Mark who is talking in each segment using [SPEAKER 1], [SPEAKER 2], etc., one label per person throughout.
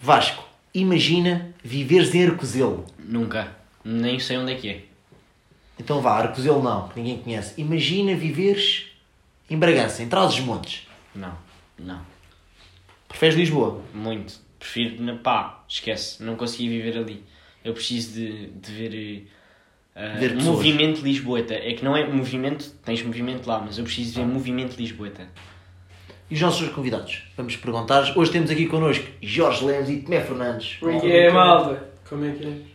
[SPEAKER 1] Vasco, imagina viveres em Arcozelo.
[SPEAKER 2] Nunca. Nem sei onde é que é.
[SPEAKER 1] Então vá, Arcozelo não, que ninguém conhece. Imagina viveres em Bragança, em Trás-os-Montes.
[SPEAKER 2] Não. Não.
[SPEAKER 1] Preferes Lisboa?
[SPEAKER 2] Muito. Prefiro. na- Pá, esquece. Não consegui viver ali. Eu preciso de, de ver. eh,
[SPEAKER 1] Ver
[SPEAKER 2] eh,
[SPEAKER 1] pessoas.
[SPEAKER 2] movimento Lisboeta. É que não é movimento, tens movimento lá, mas eu preciso de
[SPEAKER 1] Ah.
[SPEAKER 2] ver movimento Lisboeta.
[SPEAKER 1] E os nossos convidados? Vamos perguntar. Hoje temos aqui connosco Jorge Lemos e Tomé Fernandes.
[SPEAKER 3] Como é que é, malta? Como é que é?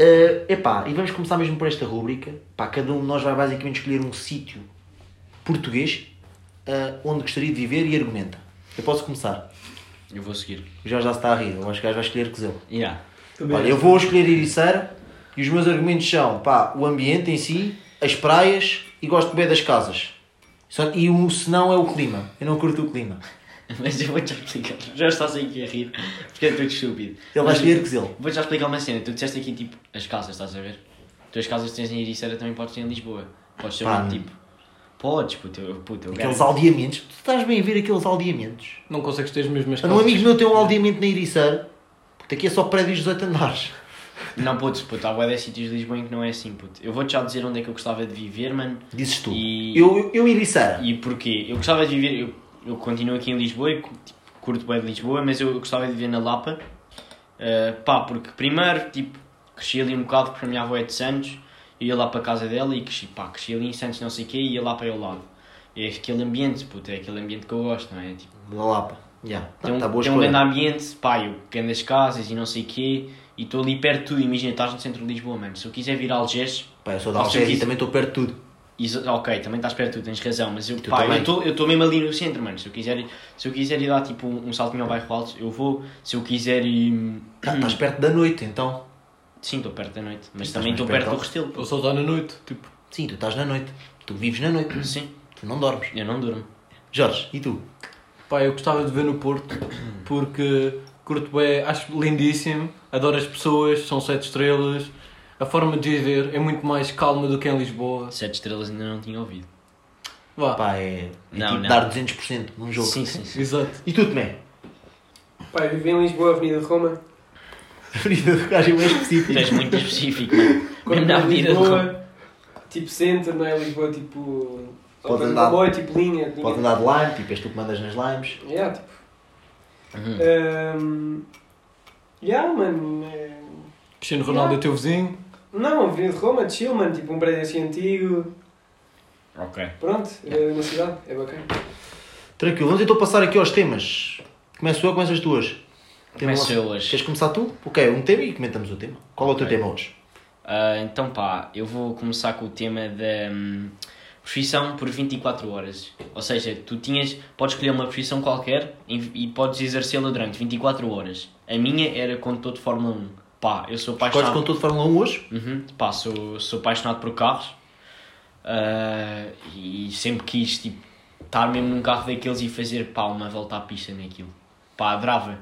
[SPEAKER 1] Eh, epá, e vamos começar mesmo por esta rúbrica. Pá, cada um de nós vai basicamente escolher um sítio português eh, onde gostaria de viver e argumenta. Eu posso começar.
[SPEAKER 2] Eu vou seguir.
[SPEAKER 1] O Jorge já se está a rir. Eu acho que o gajo vai escolher Cozelo.
[SPEAKER 2] Yeah.
[SPEAKER 3] Também
[SPEAKER 1] Olha, eu vou escolher Ericeira e os meus argumentos são pá, o ambiente em si, as praias e gosto bem das casas. Só, e o senão é o clima. Eu não curto o clima.
[SPEAKER 2] Mas eu vou-te já explicar. Já estás aqui a rir, porque é tudo estúpido.
[SPEAKER 1] Ele vai
[SPEAKER 2] Mas-
[SPEAKER 1] escolher Cozelo.
[SPEAKER 2] Vou-te já explicar uma cena. Tu disseste aqui, tipo, as casas, estás a ver? Tu as casas que tens em Ericeira também podes ter em Lisboa. Podes ter
[SPEAKER 1] Pá,
[SPEAKER 2] um tipo. Podes, puto. eu- puto eu
[SPEAKER 1] Aqueles
[SPEAKER 2] garanto.
[SPEAKER 1] aldeamentos. Tu estás bem a ver aqueles aldeamentos?
[SPEAKER 3] Não consegues ter as mesmas
[SPEAKER 1] Um amigo meu tem um aldeamento na Ericeira. Porque aqui é só prédios de 18 andares.
[SPEAKER 2] Não, puto, puto. Há bué de sítios de Lisboa em que não é assim, puto. Eu vou-te já dizer onde é que eu gostava de viver, mano.
[SPEAKER 1] Dizes tu.
[SPEAKER 2] E-
[SPEAKER 1] Eu, eu Ericeira.
[SPEAKER 2] E porquê? Eu gostava de viver... Eu, eu continuo aqui em Lisboa e cu- tipo, curto bem de Lisboa, mas eu gostava de viver na Lapa. Ah, pá, porque primeiro, tipo, cresci ali um bocado, porque a minha avó é de Santos. Eu ia lá para a casa dela e cresci, pá, cresci ali em Santos não sei o quê e ia lá para o lado. É aquele ambiente, puto, é aquele ambiente que eu gosto, não é? Tipo,
[SPEAKER 1] Da Lapa. Yeah.
[SPEAKER 2] tem um,
[SPEAKER 1] tá boa
[SPEAKER 2] tem um grande
[SPEAKER 1] escolha.
[SPEAKER 2] ambiente, pá, eu ganho as casas e não sei o quê, e estou ali perto de tudo, imagina, estás no centro de Lisboa, mano, se eu quiser vir a Algés,
[SPEAKER 1] Pá, eu sou da
[SPEAKER 2] Acho que
[SPEAKER 1] Algés e
[SPEAKER 2] isso-
[SPEAKER 1] também estou perto de tudo.
[SPEAKER 2] iso- ok, também estás perto de tudo, tens razão, mas eu,
[SPEAKER 1] Tu
[SPEAKER 2] pá,
[SPEAKER 1] também.
[SPEAKER 2] eu estou- eu estou mesmo ali no centro, mano, se eu quiser, ir- se eu quiser ir lá, tipo, um, um saltinho ao bairro alto, eu vou, se eu quiser ir,
[SPEAKER 1] Tá- Estás perto da noite, então.
[SPEAKER 2] sim, estou perto da noite, mas
[SPEAKER 1] Estás
[SPEAKER 2] também
[SPEAKER 1] mais
[SPEAKER 2] estou
[SPEAKER 1] perto
[SPEAKER 2] perto do
[SPEAKER 1] ao-
[SPEAKER 2] Restelo, pô.
[SPEAKER 3] Ou só dá na noite, tipo.
[SPEAKER 1] Sim, tu estás na noite. Tu vives na noite.
[SPEAKER 2] sim,
[SPEAKER 1] Tu não dormes.
[SPEAKER 2] eu não durmo,
[SPEAKER 1] Uhum. Jorge, e tu?
[SPEAKER 3] Pá, eu gostava de ver no Porto porque curto bem, acho lindíssimo, adoro as pessoas, são sete estrelas. A forma de viver é muito mais calma do que em Lisboa.
[SPEAKER 2] sete estrelas ainda não tinha ouvido.
[SPEAKER 3] Vá,
[SPEAKER 1] Pá, é, é
[SPEAKER 2] Não,
[SPEAKER 1] tipo
[SPEAKER 2] não.
[SPEAKER 1] dar 200% num um jogo.
[SPEAKER 2] Sim, sim, sim.
[SPEAKER 3] exato.
[SPEAKER 1] E tu, Tomé?
[SPEAKER 4] Pai, vivi em Lisboa, Avenida de Roma.
[SPEAKER 1] Avenida do gajo é mais
[SPEAKER 2] Tu és
[SPEAKER 1] específico.
[SPEAKER 2] muito específico, mano.
[SPEAKER 4] Quando
[SPEAKER 2] Mesmo na
[SPEAKER 4] vivi em
[SPEAKER 2] Avenida de Roma.
[SPEAKER 4] Tipo centro, não é Lisboa, tipo...
[SPEAKER 1] Pode
[SPEAKER 4] Pode
[SPEAKER 1] andar.
[SPEAKER 4] andar. Boa, tipo linha.
[SPEAKER 1] Pode andar de lime, tipo, és tu que mandas nas limes.
[SPEAKER 4] Yeah, tipo...
[SPEAKER 3] Hum.
[SPEAKER 2] Uhum.
[SPEAKER 4] Um, yeah, mano... é-
[SPEAKER 3] Cristiano Ronaldo é teu vizinho.
[SPEAKER 4] Não, Avenida de Roma, chill, mano. Tipo um prédio assim antigo.
[SPEAKER 2] Ok.
[SPEAKER 4] Pronto, é na cidade. É bacana.
[SPEAKER 1] Tranquilo, vamos então passar aqui aos temas. Começo eu, começas as tuas. Tema
[SPEAKER 2] Começo
[SPEAKER 1] nosso.
[SPEAKER 2] eu hoje.
[SPEAKER 1] Queres começar tu? Ok, um tema e comentamos o tema. Qual é o teu
[SPEAKER 2] Ok.
[SPEAKER 1] tema hoje?
[SPEAKER 2] Ah, então pá, eu vou começar com o tema da hum, profissão por 24 horas. Ou seja, tu tinhas, podes escolher uma profissão qualquer e, e podes exercê-la durante 24 horas. A minha era condutor de Fórmula 1. Pá, eu sou
[SPEAKER 1] Escolhes
[SPEAKER 2] apaixonado.
[SPEAKER 1] com todo Fórmula 1 hoje?
[SPEAKER 2] Uhum. Pá, sou, sou apaixonado por carros Ah, e sempre quis tipo, estar mesmo num carro daqueles e fazer pá, uma volta à pista naquilo. Pá, adorava.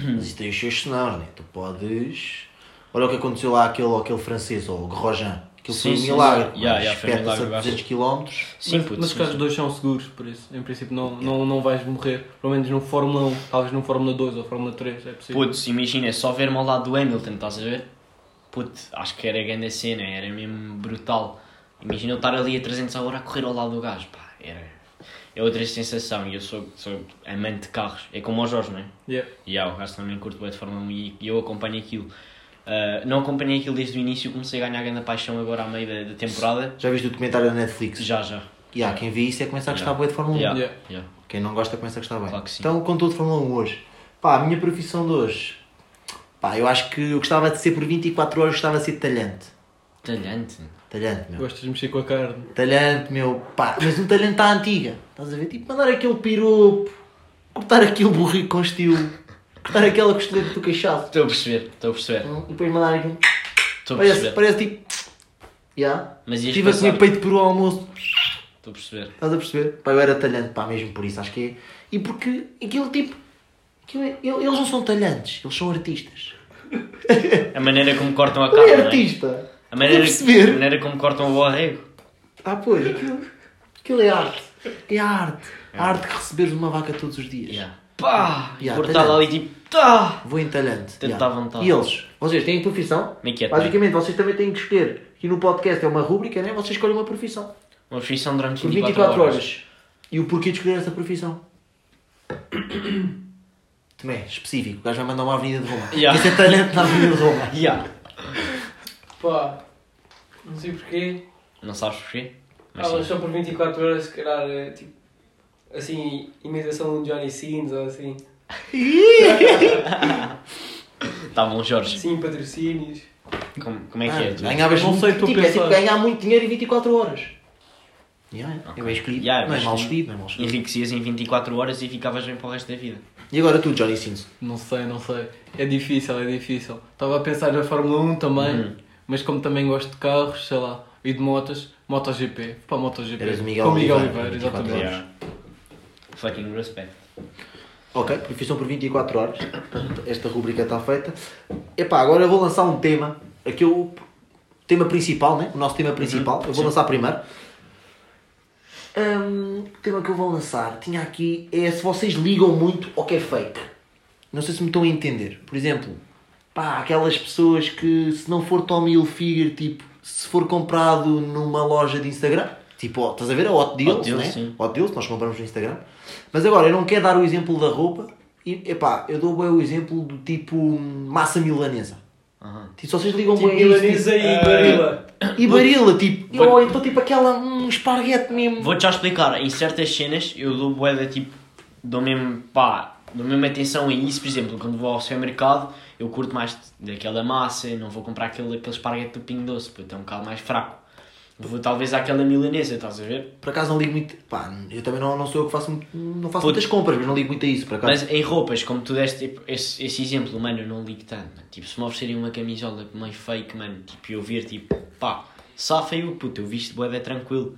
[SPEAKER 2] Uhum.
[SPEAKER 1] Mas isso tem os seus sinais, né? Tu podes. Olha o que aconteceu lá àquele, àquele francês, ou Grosjean. Aquilo foi
[SPEAKER 2] Sim,
[SPEAKER 1] um
[SPEAKER 2] sim,
[SPEAKER 1] milagre.
[SPEAKER 2] sim. Yeah,
[SPEAKER 1] mas
[SPEAKER 2] yeah, foi um
[SPEAKER 1] espeta-se a
[SPEAKER 2] milagre,
[SPEAKER 1] 200 km.
[SPEAKER 2] Sim,
[SPEAKER 3] mas
[SPEAKER 2] puto,
[SPEAKER 3] mas os
[SPEAKER 2] sim,
[SPEAKER 3] carros
[SPEAKER 2] sim.
[SPEAKER 3] dois são seguros, por isso. Em princípio não, não, não vais morrer. Pelo menos num Fórmula 1, talvez num Fórmula 2 ou Fórmula 3, é possível.
[SPEAKER 2] Putz, imagina, só ver-me ao lado do Hamilton, estás a ver? Putz, acho que era a grande cena, era mesmo brutal. Imagina eu estar ali a 300 a hora a correr ao lado do gajo, pá, era... É outra sensação, e eu sou, sou amante de carros, é como o Jorge, não é?
[SPEAKER 3] Yeah.
[SPEAKER 2] E há, o gajo também curto bem de Fórmula 1 e, e eu acompanho aquilo. Ah, não acompanhei aquilo desde o início, comecei a ganhar grande paixão agora à meio da, da temporada.
[SPEAKER 1] Já viste o documentário da Netflix?
[SPEAKER 2] Já, já.
[SPEAKER 1] E há quem vê isso é começa a gostar
[SPEAKER 2] Yeah.
[SPEAKER 1] bem de Fórmula 1.
[SPEAKER 2] Já,
[SPEAKER 3] Yeah.
[SPEAKER 2] já.
[SPEAKER 1] Quem não gosta começa a gostar bem.
[SPEAKER 2] Claro que sim.
[SPEAKER 1] Então, com todo Fórmula 1 hoje. Pá, a minha profissão de hoje. Pá, eu acho que eu gostava de ser por 24 horas, gostava de ser talhante.
[SPEAKER 2] Talhante.
[SPEAKER 1] Talhante, meu.
[SPEAKER 3] Gostas de mexer com a carne.
[SPEAKER 1] Talhante, meu. Pá, mas um talhante à antiga. Estás a ver? Tipo, mandar aquele piropo, cortar aquele burrico com estilo, cortar aquela costeleta do cachaço.
[SPEAKER 2] Estou a perceber, estou a perceber,
[SPEAKER 1] Hum, E depois mandar aquele.
[SPEAKER 2] estou a
[SPEAKER 1] Parece,
[SPEAKER 2] perceber.
[SPEAKER 1] parece tipo. Yeah.
[SPEAKER 2] Mas ias
[SPEAKER 1] Estive a comer
[SPEAKER 2] passar,
[SPEAKER 1] peito peru ao almoço.
[SPEAKER 2] estou a perceber.
[SPEAKER 1] Estás a perceber? Pá, eu era talhante, pá, mesmo por isso, acho que é. E porque aquilo tipo. aquilo é- ele- eles não são talhantes, eles são artistas.
[SPEAKER 2] A maneira como cortam a
[SPEAKER 1] Ele
[SPEAKER 2] carne,
[SPEAKER 1] é
[SPEAKER 2] não é?
[SPEAKER 1] artista!
[SPEAKER 2] A maneira, Né?
[SPEAKER 1] Estás a perceber?
[SPEAKER 2] a maneira como cortam o arrego.
[SPEAKER 1] Ah, pois, aquilo. Aquilo é arte. É arte. A arte de receberes uma vaca todos os dias.
[SPEAKER 2] É. Yeah. pá!
[SPEAKER 1] Ya,
[SPEAKER 2] e cortá-la
[SPEAKER 1] talhante.
[SPEAKER 2] ali tipo, tá!
[SPEAKER 1] Vou entalhando.
[SPEAKER 2] Tenta à vontade. É,
[SPEAKER 1] E eles? Vocês têm profissão?
[SPEAKER 2] Me quieto,
[SPEAKER 1] Basicamente, vocês também têm que escolher. Aqui no podcast é uma rúbrica, né? Vocês escolhem uma profissão.
[SPEAKER 2] Uma frição durante
[SPEAKER 1] Por
[SPEAKER 2] 24,
[SPEAKER 1] 24
[SPEAKER 2] horas.
[SPEAKER 1] horas. E o porquê de escolher essa profissão? Também, é específico. O gajo vai mandar uma avenida de Roma.
[SPEAKER 2] Ya.
[SPEAKER 1] Esse é talento na avenida de Roma.
[SPEAKER 2] Ya.
[SPEAKER 4] Pá, não sei porquê.
[SPEAKER 2] Não sabes porquê? Mas
[SPEAKER 4] Elas
[SPEAKER 2] sim.
[SPEAKER 4] são por 24 horas, se calhar, é, tipo, assim, imitação do Johnny Sins ou assim.
[SPEAKER 2] Tá bom, Jorge.
[SPEAKER 4] Sim, patrocínios.
[SPEAKER 2] Como, como é que é? Tu?
[SPEAKER 1] Ah, Ganhavas
[SPEAKER 3] Não
[SPEAKER 1] muito-
[SPEAKER 3] sei, tu
[SPEAKER 1] tipo, é tipo
[SPEAKER 3] pensaste.
[SPEAKER 1] ganhar muito dinheiro em 24 horas. Ya, é. É bem escolhido.
[SPEAKER 2] Ya,
[SPEAKER 1] não é
[SPEAKER 2] mas-
[SPEAKER 1] mal escolhido, não é mal escolhido.
[SPEAKER 2] Enriquecias em 24 horas e ficavas bem para o resto da vida.
[SPEAKER 1] E agora tu, Johnny Sins?
[SPEAKER 3] Não sei, não sei. É difícil, é difícil. Estava a pensar na Fórmula 1 também,
[SPEAKER 1] Uhum.
[SPEAKER 3] mas como também gosto de carros, sei lá, e de motas, MotoGP. Pá, MotoGP.
[SPEAKER 1] Eras o Miguel
[SPEAKER 3] Com o Miguel
[SPEAKER 1] Oliveira,
[SPEAKER 3] Oliveira,
[SPEAKER 1] 24
[SPEAKER 3] exatamente.
[SPEAKER 1] horas.
[SPEAKER 2] Fucking respect.
[SPEAKER 1] Ok, profissão por 24 horas. Portanto, Esta rubrica está feita. Epá, agora eu vou lançar um tema. Aqui é o tema principal, né? O nosso
[SPEAKER 2] Uhum.
[SPEAKER 1] tema principal. eu vou lançar primeiro. Hum, o tema que eu vou lançar, tinha aqui, é se vocês ligam muito ao que é fake. Não sei se me estão a entender. Por exemplo, pá, aquelas pessoas que se não for Tommy Hilfiger, tipo, se for comprado numa loja de Instagram, tipo, ó, estás a ver a Hot Deals,
[SPEAKER 2] Hot Deals,
[SPEAKER 1] né?
[SPEAKER 2] sim.
[SPEAKER 1] Hot Deals, nós compramos no Instagram. Mas agora, eu não quero dar o exemplo da roupa, e, epá, eu dou bem o exemplo do tipo massa milanesa.
[SPEAKER 2] Aham.
[SPEAKER 1] Tipo, se vocês ligam
[SPEAKER 4] Tipo,
[SPEAKER 1] bem a isto,
[SPEAKER 4] milanesa e
[SPEAKER 2] Ah.
[SPEAKER 4] barila.
[SPEAKER 1] tipo, e barila, tipo,
[SPEAKER 2] Vou-
[SPEAKER 1] ou então tipo aquela, um esparguete mesmo.
[SPEAKER 2] Vou-te já explicar, em certas cenas eu dou boeda tipo, dou mesmo pá, dou mesmo atenção a isso, por exemplo, quando vou ao supermercado eu curto mais daquela massa, não vou comprar aquele, aquele esparguete do Pingo Doce, porque é um bocado mais fraco. Vou talvez àquela milanesa, estás a ver?
[SPEAKER 1] Por acaso não ligo muito, pá, eu também não, não sou eu que faço, muito- não faço
[SPEAKER 2] Puto.
[SPEAKER 1] muitas compras, mas não ligo muito a isso, por acaso.
[SPEAKER 2] Mas em roupas, como tu deste tipo, esse, esse exemplo, mano, eu não ligo tanto. mano. Tipo, se me oferecerem uma camisola meio fake, mano, tipo, eu vir, tipo, pá, safem-o, puto, eu visto boeda tranquilo.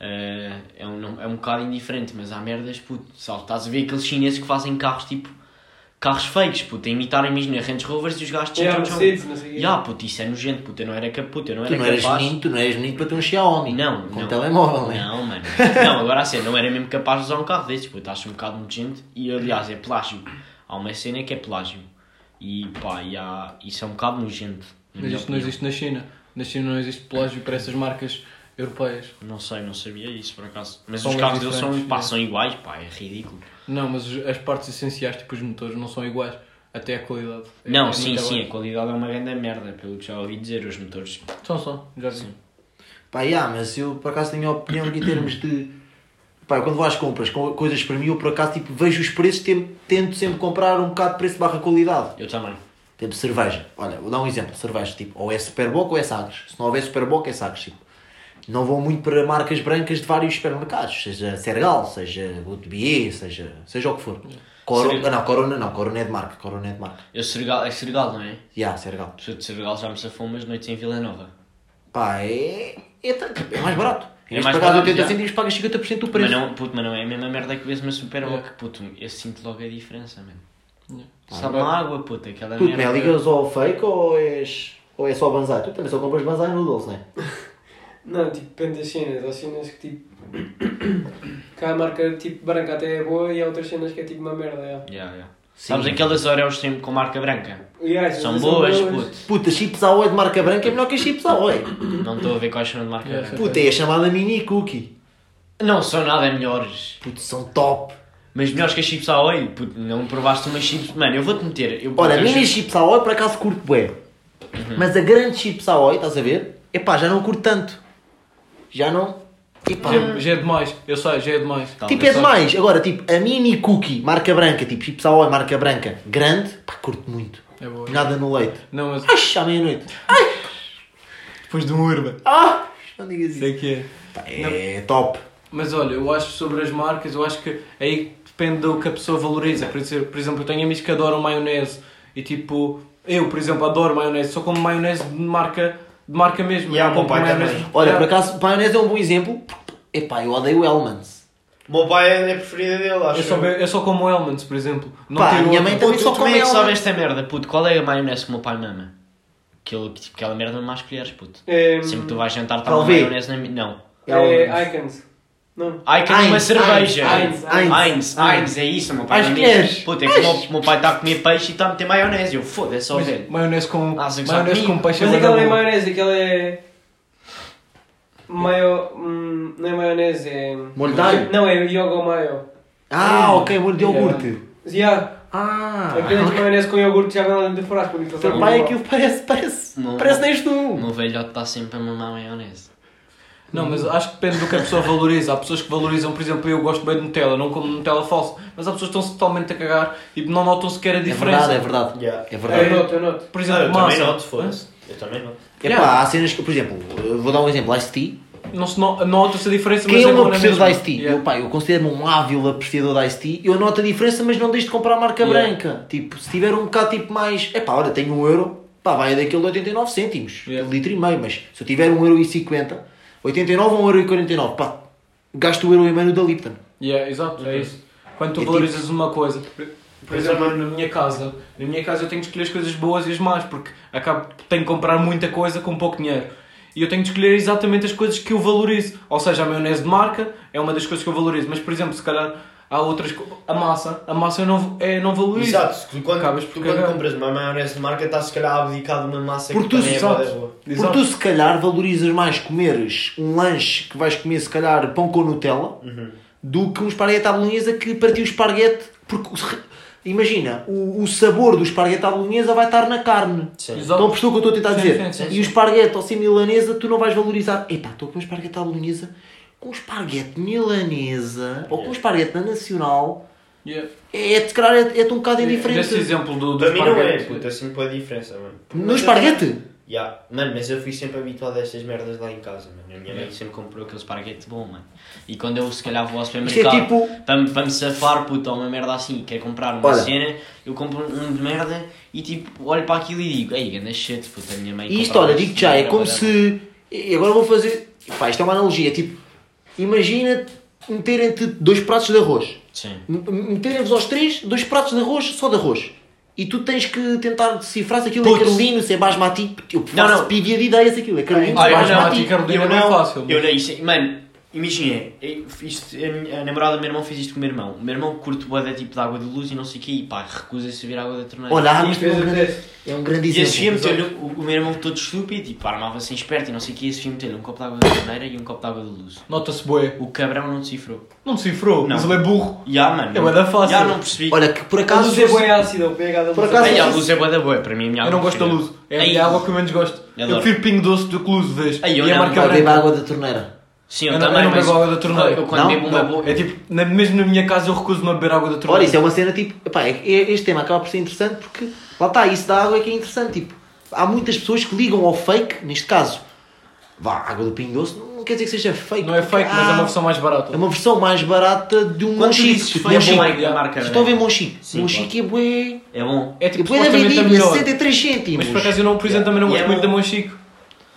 [SPEAKER 2] Eh, é, um, não- é um bocado indiferente, mas há merdas, puto, sabe, estás a ver aqueles chineses que fazem carros, tipo, carros fakes, puto, a imitarem mesmo na Range Rovers e os gajos de
[SPEAKER 4] É,
[SPEAKER 2] Chesterton.
[SPEAKER 4] Mercedes, não sei o quê.
[SPEAKER 2] Ya, puto, isso é nojento, puto, eu não era capaz, puto, eu não
[SPEAKER 1] Tu
[SPEAKER 2] era
[SPEAKER 1] não eras
[SPEAKER 2] capaz.
[SPEAKER 1] menino, tu não eras menino para ter um Xiaomi.
[SPEAKER 2] é Não,
[SPEAKER 1] Com
[SPEAKER 2] não.
[SPEAKER 1] telemóvel, né?
[SPEAKER 2] Não, mano. Não, agora assim, não era mesmo capaz de usar um carro desses, puto. Acho um bocado nojento. E aliás, é plágio. Há uma cena que é plágio. E pá, e há... isso é um bocado nojento. na
[SPEAKER 3] Mas
[SPEAKER 2] minha
[SPEAKER 3] isto não
[SPEAKER 2] opinião.
[SPEAKER 3] existe na China. Na China não existe plágio para essas marcas europeias.
[SPEAKER 2] Não sei, não sabia isso por acaso. Mas
[SPEAKER 3] São
[SPEAKER 2] os
[SPEAKER 3] bem
[SPEAKER 2] carros deles são,
[SPEAKER 3] diferentes,
[SPEAKER 2] pá,
[SPEAKER 3] é.
[SPEAKER 2] são iguais, pá, é ridículo.
[SPEAKER 3] Não, mas os- as partes essenciais, tipo os motores, não são iguais. Até a qualidade. É-
[SPEAKER 2] não,
[SPEAKER 3] é
[SPEAKER 2] sim,
[SPEAKER 3] muito
[SPEAKER 2] sim, a
[SPEAKER 3] abaixo.
[SPEAKER 2] qualidade é uma grande merda, pelo que já ouvi dizer, os motores.
[SPEAKER 3] São, são. Já vi.
[SPEAKER 1] Pá, yeah, mas eu por acaso tenho a opinião que em termos de. Pá, eu quando vou às compras, com coisas para mim, eu por acaso tipo, vejo os preços, tem- tento sempre comprar um bocado de preço barra qualidade.
[SPEAKER 2] Eu também.
[SPEAKER 1] Tipo, cerveja. Olha, vou dar um exemplo. Cerveja, tipo, ou é Superboc ou é Sagres. Se não houver Superboc, é Sagres, tipo. Não vou muito para marcas brancas de vários supermercados. Seja Sergal, seja Goodbier, seja, seja o que for. Corona,
[SPEAKER 2] Seria-
[SPEAKER 1] não, Corona não. Corona é de marca. Corona é de marca.
[SPEAKER 2] Eu Sergal, é Sergal, não é?
[SPEAKER 1] Yeah, Sergal.
[SPEAKER 2] Sou de Sergal, já me safou umas noites em Vila Nova.
[SPEAKER 1] Pá, é, é, tra- é mais barato.
[SPEAKER 2] É
[SPEAKER 1] Em vez de
[SPEAKER 2] mais
[SPEAKER 1] pagar
[SPEAKER 2] barato,
[SPEAKER 1] 80
[SPEAKER 2] já.
[SPEAKER 1] cêntimos, pagas 50% do
[SPEAKER 2] Mas
[SPEAKER 1] preço.
[SPEAKER 2] não, puto, mas não é a mesma merda que vês uma Super
[SPEAKER 3] É.
[SPEAKER 2] Bock, puto. Eu sinto logo a diferença, mano.
[SPEAKER 3] Yeah.
[SPEAKER 2] Sabe a água, puta, aquela
[SPEAKER 1] Tu,
[SPEAKER 2] merda.
[SPEAKER 1] Pé, ligas ao fake ou és, ou é só banzai? Tu também só compras banzai no doce, não é?
[SPEAKER 4] Não, tipo, depende das cenas. Há cenas que tipo. cá a marca tipo branca até é boa e há outras cenas que é tipo uma merda. É.
[SPEAKER 2] Yeah, yeah.
[SPEAKER 1] Sim.
[SPEAKER 2] Sabes aquelas Oreos sempre com marca branca?
[SPEAKER 4] E há, essas
[SPEAKER 2] São boas, puto.
[SPEAKER 1] Puta, chips Ahoy de marca branca é melhor que as chips Ahoy.
[SPEAKER 2] Não estou a ver quais são de marca
[SPEAKER 3] Yeah,
[SPEAKER 2] branca.
[SPEAKER 1] Puta, é a chamada mini cookie.
[SPEAKER 2] Não são nada melhores.
[SPEAKER 1] Puta, são top.
[SPEAKER 2] Mas melhores que as chips a óleo, puto, não provaste umas chips. Mano, eu vou-te meter. Eu,
[SPEAKER 1] Olha,
[SPEAKER 2] eu
[SPEAKER 1] mini chips Ahoy por acaso curto bué.
[SPEAKER 3] Uhum.
[SPEAKER 1] Mas a grande chips Ahoy, estás a ver? Epá, já não curto tanto. Já não... Epá,
[SPEAKER 3] Já- Já é demais. Eu sei, já é demais.
[SPEAKER 2] Tá.
[SPEAKER 1] tipo, é demais. Agora, tipo, a mini cookie, marca branca, tipo, chips Ahoy, marca branca, grande, pá, curto muito.
[SPEAKER 3] É boa.
[SPEAKER 1] Nada no leite.
[SPEAKER 3] Não, mas
[SPEAKER 1] Ai, à meia-noite.
[SPEAKER 3] depois de um Urban.
[SPEAKER 1] Ah! Não digas isso.
[SPEAKER 3] Sei que é.
[SPEAKER 1] Pá, É top.
[SPEAKER 3] Mas olha, eu acho sobre as marcas, eu acho que aí depende do que a pessoa valoriza. Por dizer- por exemplo, eu tenho amigos que adoram maionese e tipo, eu por exemplo adoro maionese, só como maionese de marca, de marca mesmo.
[SPEAKER 2] Yeah,
[SPEAKER 3] eu não
[SPEAKER 2] meu
[SPEAKER 3] compro
[SPEAKER 2] pai
[SPEAKER 3] maionese.
[SPEAKER 2] também.
[SPEAKER 1] Olha,
[SPEAKER 3] Yeah.
[SPEAKER 1] por acaso, maionese é um bom exemplo. porque, Epá, eu odeio Hellmans.
[SPEAKER 2] Meu pai é a preferida dele, acho
[SPEAKER 3] eu só, be- eu só como Elmans, por exemplo. Não
[SPEAKER 1] Pá, a
[SPEAKER 3] tiro
[SPEAKER 1] minha
[SPEAKER 3] outro.
[SPEAKER 1] mãe também
[SPEAKER 2] Puto,
[SPEAKER 1] só
[SPEAKER 2] tu como é
[SPEAKER 1] come
[SPEAKER 2] que sabes
[SPEAKER 1] Hellmans.
[SPEAKER 2] esta merda, puto? Qual é a maionese que o meu pai mama? Aquele, tipo, aquela merda não mais colheres, puto.
[SPEAKER 4] É,
[SPEAKER 2] Sempre que tu vais jantar, está uma
[SPEAKER 1] Talvez.
[SPEAKER 2] maionese na minha. Não.
[SPEAKER 4] é eh, Icons. Não.
[SPEAKER 2] Ai, quero uma
[SPEAKER 1] Heinz,
[SPEAKER 2] cerveja.
[SPEAKER 1] Heinz, Heinz,
[SPEAKER 2] Heinz, Heinz, é isso, meu pai.
[SPEAKER 1] Heinz
[SPEAKER 2] não me diz.
[SPEAKER 1] Pinheiros.
[SPEAKER 2] Puta, é que o meu- o meu pai está a comer peixe e está a meter maionese. Eu foda-se, ó, velho.
[SPEAKER 3] Maionese com,
[SPEAKER 2] Ah, sim, que
[SPEAKER 3] maionese
[SPEAKER 2] sabe.
[SPEAKER 3] com peixe
[SPEAKER 4] Mas
[SPEAKER 3] bué da
[SPEAKER 4] aquela não é
[SPEAKER 3] bom.
[SPEAKER 4] maionese, aquela é. Maio. hum, Não é maionese, é.
[SPEAKER 1] Moldário?
[SPEAKER 4] Não, é yoga mayo.
[SPEAKER 1] Ah, ok, molho de
[SPEAKER 3] É.
[SPEAKER 1] iogurte.
[SPEAKER 4] Yeah,
[SPEAKER 1] Ah,
[SPEAKER 4] apenas maionese com iogurte já vem lá dentro do frasco.
[SPEAKER 1] o teu
[SPEAKER 4] é
[SPEAKER 1] pai
[SPEAKER 3] é
[SPEAKER 1] aquilo parece, parece,
[SPEAKER 2] Não.
[SPEAKER 1] parece nem tu.
[SPEAKER 2] O um. meu velhote está sempre a mamar maionese.
[SPEAKER 3] Não, mas acho que depende do que a pessoa valoriza. Há pessoas que valorizam, por exemplo, eu gosto bem de Nutella, não como Nutella falso, mas há pessoas que estão-se totalmente a cagar e não notam sequer a
[SPEAKER 1] É
[SPEAKER 3] diferença.
[SPEAKER 1] verdade, é verdade.
[SPEAKER 2] Yeah.
[SPEAKER 1] É
[SPEAKER 4] Eu
[SPEAKER 1] verdade.
[SPEAKER 4] noto, Ah, eu noto.
[SPEAKER 3] Por exemplo, massa.
[SPEAKER 2] Eu também noto.
[SPEAKER 1] É pá, há cenas que, por exemplo, eu vou dar um exemplo, Ice Tea.
[SPEAKER 3] Não se no- nota-se a diferença,
[SPEAKER 1] Quem
[SPEAKER 3] mas
[SPEAKER 1] é
[SPEAKER 3] é
[SPEAKER 1] o meu
[SPEAKER 3] bom, não é
[SPEAKER 1] apreciador
[SPEAKER 3] mesmo?
[SPEAKER 1] da Ice Tea?
[SPEAKER 3] Yeah.
[SPEAKER 1] Eu, pá, eu considero-me um ávido apreciador da Ice Tea. Eu noto a diferença, mas não deixo de comprar a marca
[SPEAKER 3] Yeah.
[SPEAKER 1] branca. Tipo, se tiver um bocado tipo mais. É pá, olha, tenho um euro, pá, vai daquele de 89 cêntimos,
[SPEAKER 3] Yeah.
[SPEAKER 1] litro e meio. Mas se eu tiver um euro e 50, 89 ou um euro e 49, pá, gasto o euro e meio da Lipton.
[SPEAKER 3] Yeah, exato, é isso. Quando tu
[SPEAKER 1] É
[SPEAKER 3] valorizas uma coisa, por- por
[SPEAKER 4] é
[SPEAKER 2] Pois
[SPEAKER 3] exemplo, na minha casa, na minha casa eu tenho de escolher as coisas boas e as más, porque acabo, tenho que comprar muita coisa com pouco dinheiro. E eu tenho de escolher exatamente as coisas que eu valorizo. Ou seja, a maionese de marca é uma das coisas que eu valorizo, mas por exemplo, se calhar há outras. co- A massa, a massa eu não, é, não valorizo.
[SPEAKER 2] Exato, tu quando,
[SPEAKER 3] Acabas por
[SPEAKER 2] tu quando
[SPEAKER 3] cagar.
[SPEAKER 2] compras uma maionese de marca estás se calhar a abdicar de uma massa
[SPEAKER 1] Porque
[SPEAKER 2] que
[SPEAKER 1] tu
[SPEAKER 2] também é
[SPEAKER 3] sabes.
[SPEAKER 2] bué da boa.
[SPEAKER 1] Porque
[SPEAKER 3] Exato.
[SPEAKER 1] tu, se calhar, valorizas mais comeres um lanche que vais comer, se calhar, pão com Nutella,
[SPEAKER 3] Uhum.
[SPEAKER 1] do que um esparguete à bolonhesa que partiu o esparguete. Porque, se- imagina, o, o sabor do esparguete à bolonhesa vai estar na carne.
[SPEAKER 2] Sim.
[SPEAKER 3] Exato.
[SPEAKER 1] Então, a pessoa que eu estou a tentar
[SPEAKER 3] Sim,
[SPEAKER 1] dizer.
[SPEAKER 3] sim, sim,
[SPEAKER 1] E o esparguete ou sem milanesa, tu não vais valorizar. Epá, estou com um esparguete à bolonhesa, com um esparguete milanesa, ou
[SPEAKER 3] É.
[SPEAKER 1] com um esparguete na nacional,
[SPEAKER 3] Yeah.
[SPEAKER 1] é, se calhar, é- é-te um bocado
[SPEAKER 3] Nesse
[SPEAKER 1] indiferente.
[SPEAKER 3] exemplo é do, do
[SPEAKER 2] Para mim não é,
[SPEAKER 3] esparguete.
[SPEAKER 2] puta, sinto boa diferença, mano.
[SPEAKER 1] No esparguete?
[SPEAKER 2] Ya, Mano, mas eu fui sempre habituado a estas merdas lá em casa, mano. A minha mãe sempre comprou aquele esparguete bom, mano. E quando eu se calhar vou ao
[SPEAKER 1] Isto é
[SPEAKER 2] supermercado
[SPEAKER 1] tipo.
[SPEAKER 2] para, me- para me safar, puta, ou uma merda assim, quero comprar uma
[SPEAKER 1] Olha.
[SPEAKER 2] cena, eu compro um de merda e tipo, olho para aquilo e digo, ei, ganda shit, puta, a minha mãe.
[SPEAKER 1] E isto,
[SPEAKER 2] comprava
[SPEAKER 1] olha,
[SPEAKER 2] isto,
[SPEAKER 1] digo já, é
[SPEAKER 2] era
[SPEAKER 1] como
[SPEAKER 2] bué da
[SPEAKER 1] se. e Agora vou fazer. Pá, isto é uma analogia. Tipo, imagina meterem-te dois pratos de arroz.
[SPEAKER 2] bom. Sim.
[SPEAKER 1] M- Meterem-vos aos três dois pratos de arroz, só de arroz. E tu tens que tentar decifrar se aquilo
[SPEAKER 2] Putz.
[SPEAKER 1] é carolino, se é basmati. Eu faço
[SPEAKER 2] Não, não.
[SPEAKER 1] pivia de ideias aquilo. É carolino,
[SPEAKER 2] Ah, eu
[SPEAKER 1] basmati.
[SPEAKER 2] não,
[SPEAKER 3] aqui Carolina
[SPEAKER 2] eu
[SPEAKER 3] não é
[SPEAKER 2] não,
[SPEAKER 3] fácil,
[SPEAKER 2] Eu
[SPEAKER 3] mas-
[SPEAKER 2] não, isso, mano, imagina, eu- isto, a, minha- a namorada do meu irmão fez isto com o meu irmão. O meu irmão curte bué da tipo de água de luz e não sei o quê, e pá, recusa-se a ver água da torneira.
[SPEAKER 1] Olha,
[SPEAKER 3] Ah,
[SPEAKER 1] a água
[SPEAKER 4] Isto fez
[SPEAKER 1] é um
[SPEAKER 4] o
[SPEAKER 1] grande-
[SPEAKER 4] teste.
[SPEAKER 1] é um grande
[SPEAKER 2] E esse filme
[SPEAKER 1] exemplo.
[SPEAKER 2] meteu-lhe, o, o meu irmão todo estúpido, tipo, armava-se em esperto e não sei o que, esse filme meteu-lhe um copo de água da torneira e um copo de água de luz.
[SPEAKER 3] Nota-se boé.
[SPEAKER 2] O cabrão não decifrou.
[SPEAKER 3] Não decifrou,
[SPEAKER 2] Não.
[SPEAKER 3] mas ele é burro.
[SPEAKER 2] Ya, yeah, mano.
[SPEAKER 3] É bué da fácil.
[SPEAKER 2] Ya, não percebi.
[SPEAKER 1] Olha, que por
[SPEAKER 4] A
[SPEAKER 1] acaso.
[SPEAKER 4] luz é boa ácida, o pH da luz
[SPEAKER 1] Por
[SPEAKER 4] é
[SPEAKER 1] acaso-
[SPEAKER 4] bué.
[SPEAKER 2] Ei, a luz é bué da boa, para mim a minha
[SPEAKER 3] Eu não
[SPEAKER 2] água
[SPEAKER 3] gosto da
[SPEAKER 2] preferida.
[SPEAKER 3] luz. É a
[SPEAKER 2] Ei,
[SPEAKER 3] minha água que eu menos gosto. Eu
[SPEAKER 2] Adoro.
[SPEAKER 3] prefiro pingo doce do que luz, vês?
[SPEAKER 2] Ei, eu
[SPEAKER 3] e a
[SPEAKER 2] não,
[SPEAKER 3] marca
[SPEAKER 1] Vai beber
[SPEAKER 3] branca. É
[SPEAKER 1] água da torneira.
[SPEAKER 2] Sim, eu,
[SPEAKER 3] Eu não- eu
[SPEAKER 2] também,
[SPEAKER 3] não bebo
[SPEAKER 2] mas-
[SPEAKER 3] água da torneira.
[SPEAKER 2] Eu quando
[SPEAKER 1] Não?
[SPEAKER 2] bebo uma
[SPEAKER 3] Não,
[SPEAKER 2] boa...
[SPEAKER 3] É tipo, na- mesmo na minha casa eu recuso uma beber água da torneira.
[SPEAKER 1] Olha, isso é uma cena tipo. Epá, é que este tema acaba por ser interessante porque lá está, isso da água é que é interessante. Tipo, há muitas pessoas que ligam ao fake, neste caso. Vá, a água do Pingo Doce não quer dizer que seja fake.
[SPEAKER 3] Não é fake, mas é uma versão mais barata.
[SPEAKER 1] É uma versão mais barata de um
[SPEAKER 2] Quando tu dizes
[SPEAKER 1] Monchique.
[SPEAKER 2] fake,
[SPEAKER 1] Tipo, Monchique.
[SPEAKER 2] é bom, é a marca,
[SPEAKER 1] Estão a ver
[SPEAKER 2] né?
[SPEAKER 1] Monchique?
[SPEAKER 2] Sim,
[SPEAKER 1] Monchique é bué...
[SPEAKER 2] É bom.
[SPEAKER 3] É
[SPEAKER 1] É
[SPEAKER 3] tipo,
[SPEAKER 1] bué da
[SPEAKER 3] supostamente a
[SPEAKER 1] vendida,
[SPEAKER 3] melhor.
[SPEAKER 1] 63 cêntimos.
[SPEAKER 3] Mas por acaso eu não, por exemplo, também não
[SPEAKER 2] E
[SPEAKER 3] gosto
[SPEAKER 2] é
[SPEAKER 3] muito da
[SPEAKER 2] bom.
[SPEAKER 3] Monchique.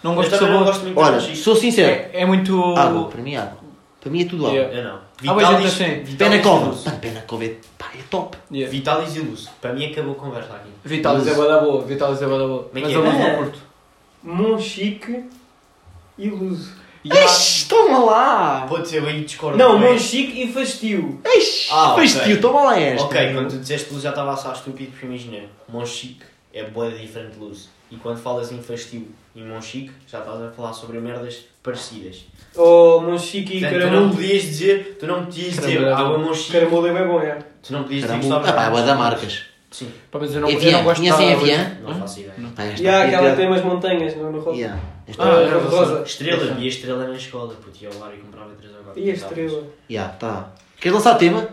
[SPEAKER 3] Não gosto
[SPEAKER 2] eu
[SPEAKER 3] do
[SPEAKER 2] também não
[SPEAKER 3] sabor.
[SPEAKER 2] gosto muito
[SPEAKER 1] Olha,
[SPEAKER 2] de
[SPEAKER 1] sou sincero.
[SPEAKER 3] É, é muito...
[SPEAKER 1] Água, para mim é água. Para mim é tudo água.
[SPEAKER 3] Yeah.
[SPEAKER 2] Eu não.
[SPEAKER 3] Ah, mas
[SPEAKER 2] Vitalis,
[SPEAKER 3] gente, assim,
[SPEAKER 1] Pena
[SPEAKER 2] Vitalis e
[SPEAKER 1] cova.
[SPEAKER 2] luz.
[SPEAKER 1] Pá, Pena cova é, pá, é top.
[SPEAKER 3] Yeah.
[SPEAKER 2] Vitalis e luz. Para mim acabou a conversa aqui.
[SPEAKER 3] Vitalis é bué da boa, Vitalis é bué da boa.
[SPEAKER 2] Como é
[SPEAKER 3] Mas
[SPEAKER 2] que
[SPEAKER 3] a
[SPEAKER 2] é?
[SPEAKER 3] luz
[SPEAKER 4] É.
[SPEAKER 3] não curto.
[SPEAKER 4] Monchique e luz.
[SPEAKER 3] E há-
[SPEAKER 1] Eish, toma lá.
[SPEAKER 2] Pode ser, eu aí discordo.
[SPEAKER 4] Não,
[SPEAKER 2] bué.
[SPEAKER 4] Monchique e fastio.
[SPEAKER 1] Eish,
[SPEAKER 2] Ah,
[SPEAKER 1] fez
[SPEAKER 2] ok.
[SPEAKER 1] tio, toma lá esta.
[SPEAKER 2] Ok, quando tu disseste luz já estava a achar estúpido porque imagina, Monchique é boa diferente de luz. E quando falas em fastio e Monchique, já estás a falar sobre merdas parecidas.
[SPEAKER 4] Ou Monchique Oh, e
[SPEAKER 2] Portanto, tu não
[SPEAKER 4] caramelo.
[SPEAKER 2] podias dizer, tu não podias dizer
[SPEAKER 3] Caramelo.
[SPEAKER 2] água Monchique,
[SPEAKER 4] Caramelo é bem bom, é.
[SPEAKER 2] tu não podias dizer que
[SPEAKER 1] Caramba, ah, pá, é bué da marcas. assim
[SPEAKER 2] Sim,
[SPEAKER 3] Pá, mas eu
[SPEAKER 2] É
[SPEAKER 3] não, eu não
[SPEAKER 1] Evian,
[SPEAKER 3] gosto
[SPEAKER 1] conhecem
[SPEAKER 3] da-
[SPEAKER 1] Evian?
[SPEAKER 2] não faço ideia.
[SPEAKER 1] Ah, esta
[SPEAKER 4] E há
[SPEAKER 1] aqui é
[SPEAKER 4] aquela
[SPEAKER 1] pior.
[SPEAKER 4] que tem umas montanhas no, no rosto.
[SPEAKER 1] Yeah. Esta-
[SPEAKER 4] Ah,
[SPEAKER 3] já sei.
[SPEAKER 4] rosa.
[SPEAKER 2] Estrela, vi a estrela na escola, puto, ia ao bar e comprava 3 ou 4.
[SPEAKER 4] E a estrela.
[SPEAKER 1] yeah, tá. Queres lançar tema?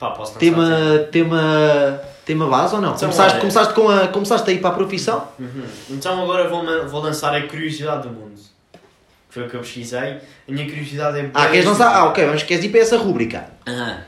[SPEAKER 2] Pá, posso lançar.
[SPEAKER 1] Tema, tema, tema base ou não?
[SPEAKER 2] Então,
[SPEAKER 1] começaste,
[SPEAKER 2] olha.
[SPEAKER 1] começaste, com a, começaste a ir para a profissão?
[SPEAKER 2] Uhum. Então agora vou, ma- vou lançar a curiosidade do mundo. Que Foi o que eu pesquisei. A minha curiosidade é.
[SPEAKER 1] Ah,
[SPEAKER 2] bué
[SPEAKER 1] queres lançar?
[SPEAKER 2] estúpida.
[SPEAKER 1] Ah, ok, vamos, queres ir para essa rúbrica.
[SPEAKER 2] Aham.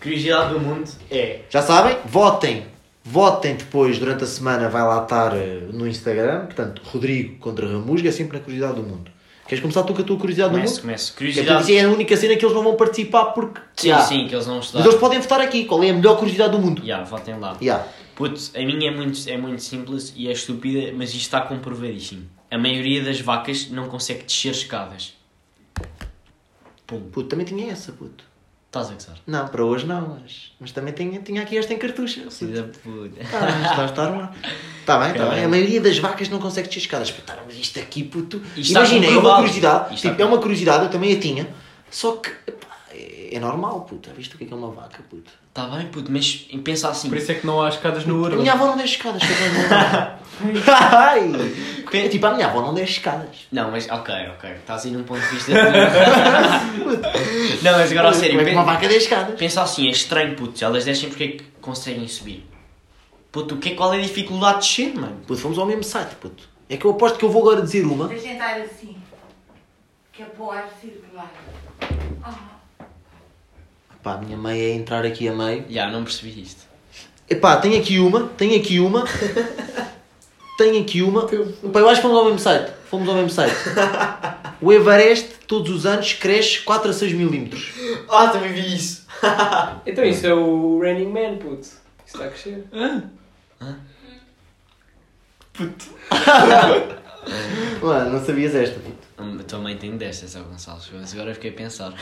[SPEAKER 2] Curiosidade do mundo é.
[SPEAKER 1] Já sabem? Votem. Votem depois, durante a semana, vai lá estar eh, no Instagram. Portanto, Rodrigo contra Ramusga, é sempre na curiosidade do mundo. Queres começar tu com a tua curiosidade do
[SPEAKER 2] Começo,
[SPEAKER 1] mundo? Que
[SPEAKER 2] começo.
[SPEAKER 1] é, porque isso
[SPEAKER 2] Curiosidade.
[SPEAKER 1] é a única cena que eles não vão participar porque...
[SPEAKER 2] Sim,
[SPEAKER 1] Yeah.
[SPEAKER 2] sim, que eles não estudaram.
[SPEAKER 1] Mas eles podem votar aqui. Qual é a melhor curiosidade do mundo?
[SPEAKER 2] Ya, votem lá.
[SPEAKER 1] Yeah.
[SPEAKER 2] Puto, a minha é muito, é muito simples e é estúpida, mas isto está comprovadíssimo. A maioria das vacas não consegue descer escadas. Pum.
[SPEAKER 1] Puto, também tinha essa, puto.
[SPEAKER 2] Estás a gozar.
[SPEAKER 1] Não, para hoje não, mas, mas também tinha, tinha aqui esta em cartucho.
[SPEAKER 2] Filho da puta.
[SPEAKER 1] Está a estar lá. Está bem, está
[SPEAKER 2] Caralho.
[SPEAKER 1] bem. A maioria das vacas não consegue descer escadas. Pá, tá, mas isto aqui, puto.
[SPEAKER 2] Isto
[SPEAKER 1] Imagina,
[SPEAKER 2] está
[SPEAKER 1] é uma
[SPEAKER 2] comprovado.
[SPEAKER 1] curiosidade.
[SPEAKER 2] Isto está-
[SPEAKER 1] tipo, é uma curiosidade, eu também a tinha. Só que, pá, é é normal, puto. Já Viste o que é que é uma vaca, puto?
[SPEAKER 2] Está Tá bem, puto, mas pensa assim.
[SPEAKER 3] Por isso é que não há escadas no
[SPEAKER 1] A
[SPEAKER 3] urban.
[SPEAKER 1] minha avó não desce escadas. que eu tenho uma- Ai! É tipo, a minha avó não desce escadas.
[SPEAKER 2] Não, mas ok, ok. Estás aí num ponto de vista. não, mas agora a sério.
[SPEAKER 1] Como é que uma
[SPEAKER 2] pen-
[SPEAKER 1] vaca desce escadas.
[SPEAKER 2] Pensa assim, é estranho, puto. Elas descem porque é que conseguem subir. Puto, o que é, qual é a dificuldade de descer, mano?
[SPEAKER 1] Puto, fomos ao mesmo site, puto. É que eu aposto que eu vou agora dizer uma.
[SPEAKER 5] Para sentar assim, que é para o ar circular. Ah,
[SPEAKER 1] Pá, a minha mãe é entrar aqui a meio.
[SPEAKER 2] Já, não percebi isto.
[SPEAKER 1] Epá, tem aqui uma, tem aqui uma, tem aqui uma. Epá, eu acho que fomos ao mesmo site. Fomos ao mesmo site. O Everest, todos os anos, cresce 4 a 6 milímetros.
[SPEAKER 2] Ah, também vi isso.
[SPEAKER 4] Então isso é o Raining Man, puto. Isso está a crescer.
[SPEAKER 1] Mano, não sabias esta, puto.
[SPEAKER 2] Hum, A tua mãe tem destas, é o Gonçalves. Mas agora eu fiquei a pensar.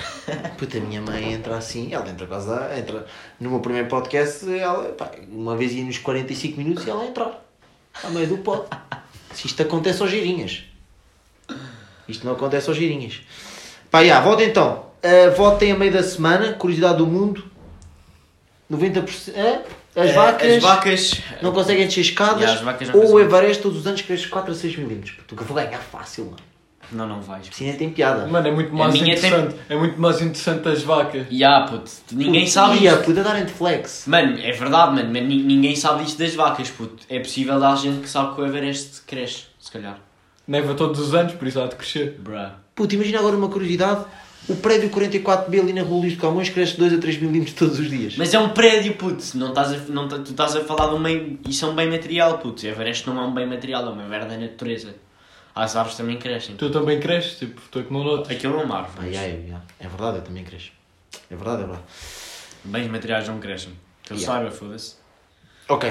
[SPEAKER 1] Puta, a minha mãe entra assim, ela entra quase, a- entra. No meu primeiro podcast, ela, pá, uma vez ia nos 45 minutos e ela ia entrar. A meio do pod. Se isto acontece aos girinhas. Isto não acontece aos girinhas. Pá, já, vota então. Ah, votem a meio da semana, curiosidade do mundo. 90%. hã? As,
[SPEAKER 2] Eh,
[SPEAKER 1] vacas
[SPEAKER 2] As vacas.
[SPEAKER 1] não conseguem descer escadas.
[SPEAKER 2] Já, as vacas não
[SPEAKER 1] ou o
[SPEAKER 2] conseguem.
[SPEAKER 1] Everest todos os anos cresce 4 a 6 milímetros. Porque eu vou ganhar fácil, mano.
[SPEAKER 2] Não, não vais.
[SPEAKER 1] Assim ainda tem piada.
[SPEAKER 3] Mano, é muito mais
[SPEAKER 2] minha tem-
[SPEAKER 3] interessante. É muito mais interessante as vacas.
[SPEAKER 2] Já, puto. Ninguém
[SPEAKER 1] Puto,
[SPEAKER 2] sabe
[SPEAKER 1] ia,
[SPEAKER 2] isto.
[SPEAKER 1] puta, darem de flex.
[SPEAKER 2] Mano, é verdade, mano, mas ni- ninguém sabe disto das vacas, puto. É possível dar gente que sabe que o Everest cresce, se calhar.
[SPEAKER 3] Neva todos os anos, por isso há de crescer.
[SPEAKER 2] Bruh.
[SPEAKER 1] Puta, imagina agora uma curiosidade. O prédio 44B ali na Rua Luís de Camões cresce 2 a 3 milímetros todos os dias.
[SPEAKER 2] Mas é um prédio, puto. Não estás a, não, tá- tu estás a falar de um bem. Isso é um bem material, puto. O Everest não é um bem material, é uma merda da natureza. As árvores também crescem.
[SPEAKER 3] Tu também cresces, tipo, tu é que não notas.
[SPEAKER 2] Aquilo é uma
[SPEAKER 1] Ah,
[SPEAKER 2] árvore.
[SPEAKER 1] já, eu, já. É verdade, eu também cresço. É verdade, é verdade.
[SPEAKER 2] Bens materiais não crescem. Que eu
[SPEAKER 1] Yeah.
[SPEAKER 2] saiba, foda-se.
[SPEAKER 1] Ok.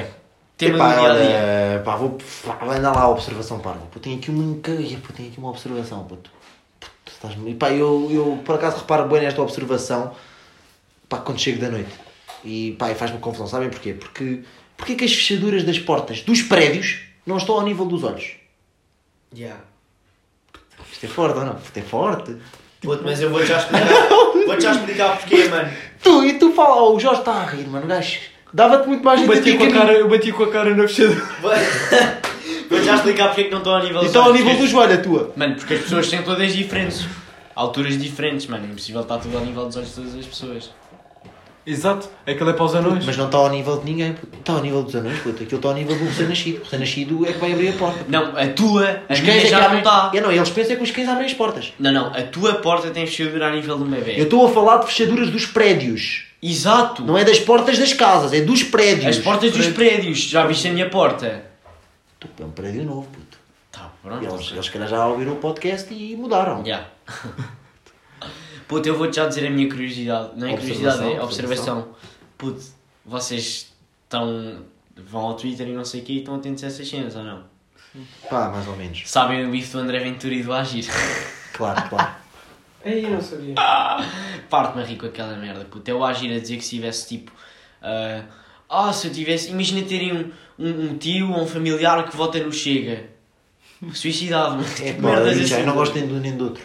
[SPEAKER 2] Tema
[SPEAKER 1] Epá,
[SPEAKER 2] do dia a
[SPEAKER 1] olha,
[SPEAKER 2] dia.
[SPEAKER 1] Pá, vou, pá, vou andar lá a observação parva. Pô, tenho aqui uma encaia, pô, tenho aqui uma observação, puto. Puto, estás-me- E pá, eu, eu por acaso reparo bem nesta observação, pá, quando chego da noite. E pá, e faz-me confusão, sabem porquê? Porque, porque é que as fechaduras das portas dos prédios não estão ao nível dos olhos? Isto é forte ou não? Puto, é forte.
[SPEAKER 2] Puto, mas eu vou-te já explicar. vou-te já explicar porquê, mano.
[SPEAKER 1] Tu, e tu fala, oh, o Jorge está a rir, mano, o gajo. Dava-te muito mais
[SPEAKER 3] Eu
[SPEAKER 1] gente
[SPEAKER 3] bati,
[SPEAKER 1] aqui
[SPEAKER 3] com
[SPEAKER 1] que
[SPEAKER 3] a
[SPEAKER 1] a mim.
[SPEAKER 3] cara, eu bati com a cara na fechadura.
[SPEAKER 2] Vou-te já explicar porque é que não estou ao nível dos
[SPEAKER 1] Então ao
[SPEAKER 2] olhos.
[SPEAKER 1] nível do joelho, a tua.
[SPEAKER 2] Mano, porque as pessoas têm todas diferentes. Alturas diferentes, mano. É impossível estar tudo ao nível dos olhos de todas as pessoas.
[SPEAKER 3] Exato, aquilo é para os anões.
[SPEAKER 1] Mas não está ao nível de ninguém, puto. Está ao nível dos anões, puto. Aquilo está ao nível do recém-nascido. O recém-nascido é que vai abrir a porta.
[SPEAKER 2] Não, a tua, a
[SPEAKER 1] Os
[SPEAKER 2] minha
[SPEAKER 1] cães é que
[SPEAKER 2] já não
[SPEAKER 1] abrem...
[SPEAKER 2] está.
[SPEAKER 1] É, não, eles pensam que os cães abrem as portas.
[SPEAKER 2] Não, não, a tua porta tem fechadura a nível de um bebê.
[SPEAKER 1] Eu estou a falar de fechaduras dos prédios.
[SPEAKER 2] Exato!
[SPEAKER 1] Não é das portas das casas, é dos prédios.
[SPEAKER 2] As portas dos prédios, já viste a minha porta?
[SPEAKER 1] Tu, É um prédio novo, puto.
[SPEAKER 2] Tá, pronto.
[SPEAKER 1] Eles,
[SPEAKER 2] ok.
[SPEAKER 1] eles calhar já ouviram o podcast e mudaram.
[SPEAKER 2] Já. Puto, eu vou-te já dizer a minha curiosidade. Não é
[SPEAKER 1] Observação,
[SPEAKER 2] curiosidade, é observação. Puto, vocês estão. vão ao Twitter e não sei o quê e estão atentos a essas cenas ou não?
[SPEAKER 1] Pá, mais ou menos.
[SPEAKER 2] Sabem o bife do André Ventura e do Agir?
[SPEAKER 1] Claro, claro.
[SPEAKER 4] Aí eu não sabia.
[SPEAKER 2] Parte-me rico aquela merda, puto. É o agir a dizer que se tivesse tipo. ah, Ah, se eu tivesse. Imagina terem um, um, um tio ou um familiar que vota no Chega. Suicidado, mano.
[SPEAKER 1] É,
[SPEAKER 2] Que
[SPEAKER 1] pá,
[SPEAKER 2] merdas
[SPEAKER 1] eu já
[SPEAKER 2] assim,
[SPEAKER 1] não
[SPEAKER 2] mano.
[SPEAKER 1] gosto nem de um nem do outro.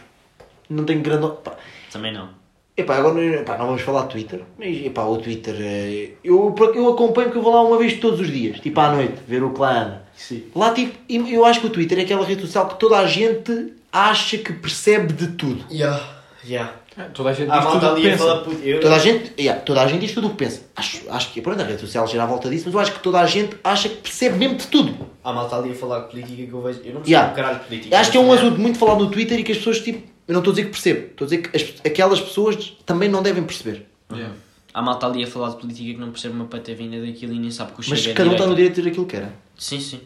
[SPEAKER 1] Não tenho grande. Pá.
[SPEAKER 2] Também não.
[SPEAKER 1] Epá, agora epá, não vamos falar de Twitter, mas epá, o Twitter, eh, eu, por- eu acompanho porque eu vou lá uma vez todos os dias, tipo à noite, ver o clã.
[SPEAKER 3] Sim.
[SPEAKER 1] Lá tipo, e- eu acho que o Twitter é aquela rede social que toda a gente acha que percebe de tudo.
[SPEAKER 2] Ya, ya.
[SPEAKER 3] Ah, Toda a gente
[SPEAKER 2] A
[SPEAKER 3] diz
[SPEAKER 2] malta
[SPEAKER 3] tudo o que
[SPEAKER 2] ali a falar
[SPEAKER 3] pensa.
[SPEAKER 2] puto. Eu.
[SPEAKER 1] Toda a gente, yeah, toda a gente diz tudo o que pensa. Acho, acho que, pronto, a rede social gira à volta disso, mas eu acho que toda a gente acha que percebe mesmo de tudo.
[SPEAKER 2] A malta ali a falar de política que eu vejo. Eu não percebo
[SPEAKER 1] Yeah.
[SPEAKER 2] um caralho de política.
[SPEAKER 1] Acho que é um assunto muito falado no Twitter e que as pessoas tipo, eu não estou a dizer que percebo, estou a dizer que as- aquelas pessoas também não devem perceber.
[SPEAKER 3] Yeah.
[SPEAKER 2] A malta ali a falar de política que não percebe uma patavina daquilo e nem sabe que o Chega
[SPEAKER 1] Mas
[SPEAKER 2] é
[SPEAKER 1] cada um está no
[SPEAKER 2] direita.
[SPEAKER 1] direito de dizer aquilo que era.
[SPEAKER 2] Sim, sim.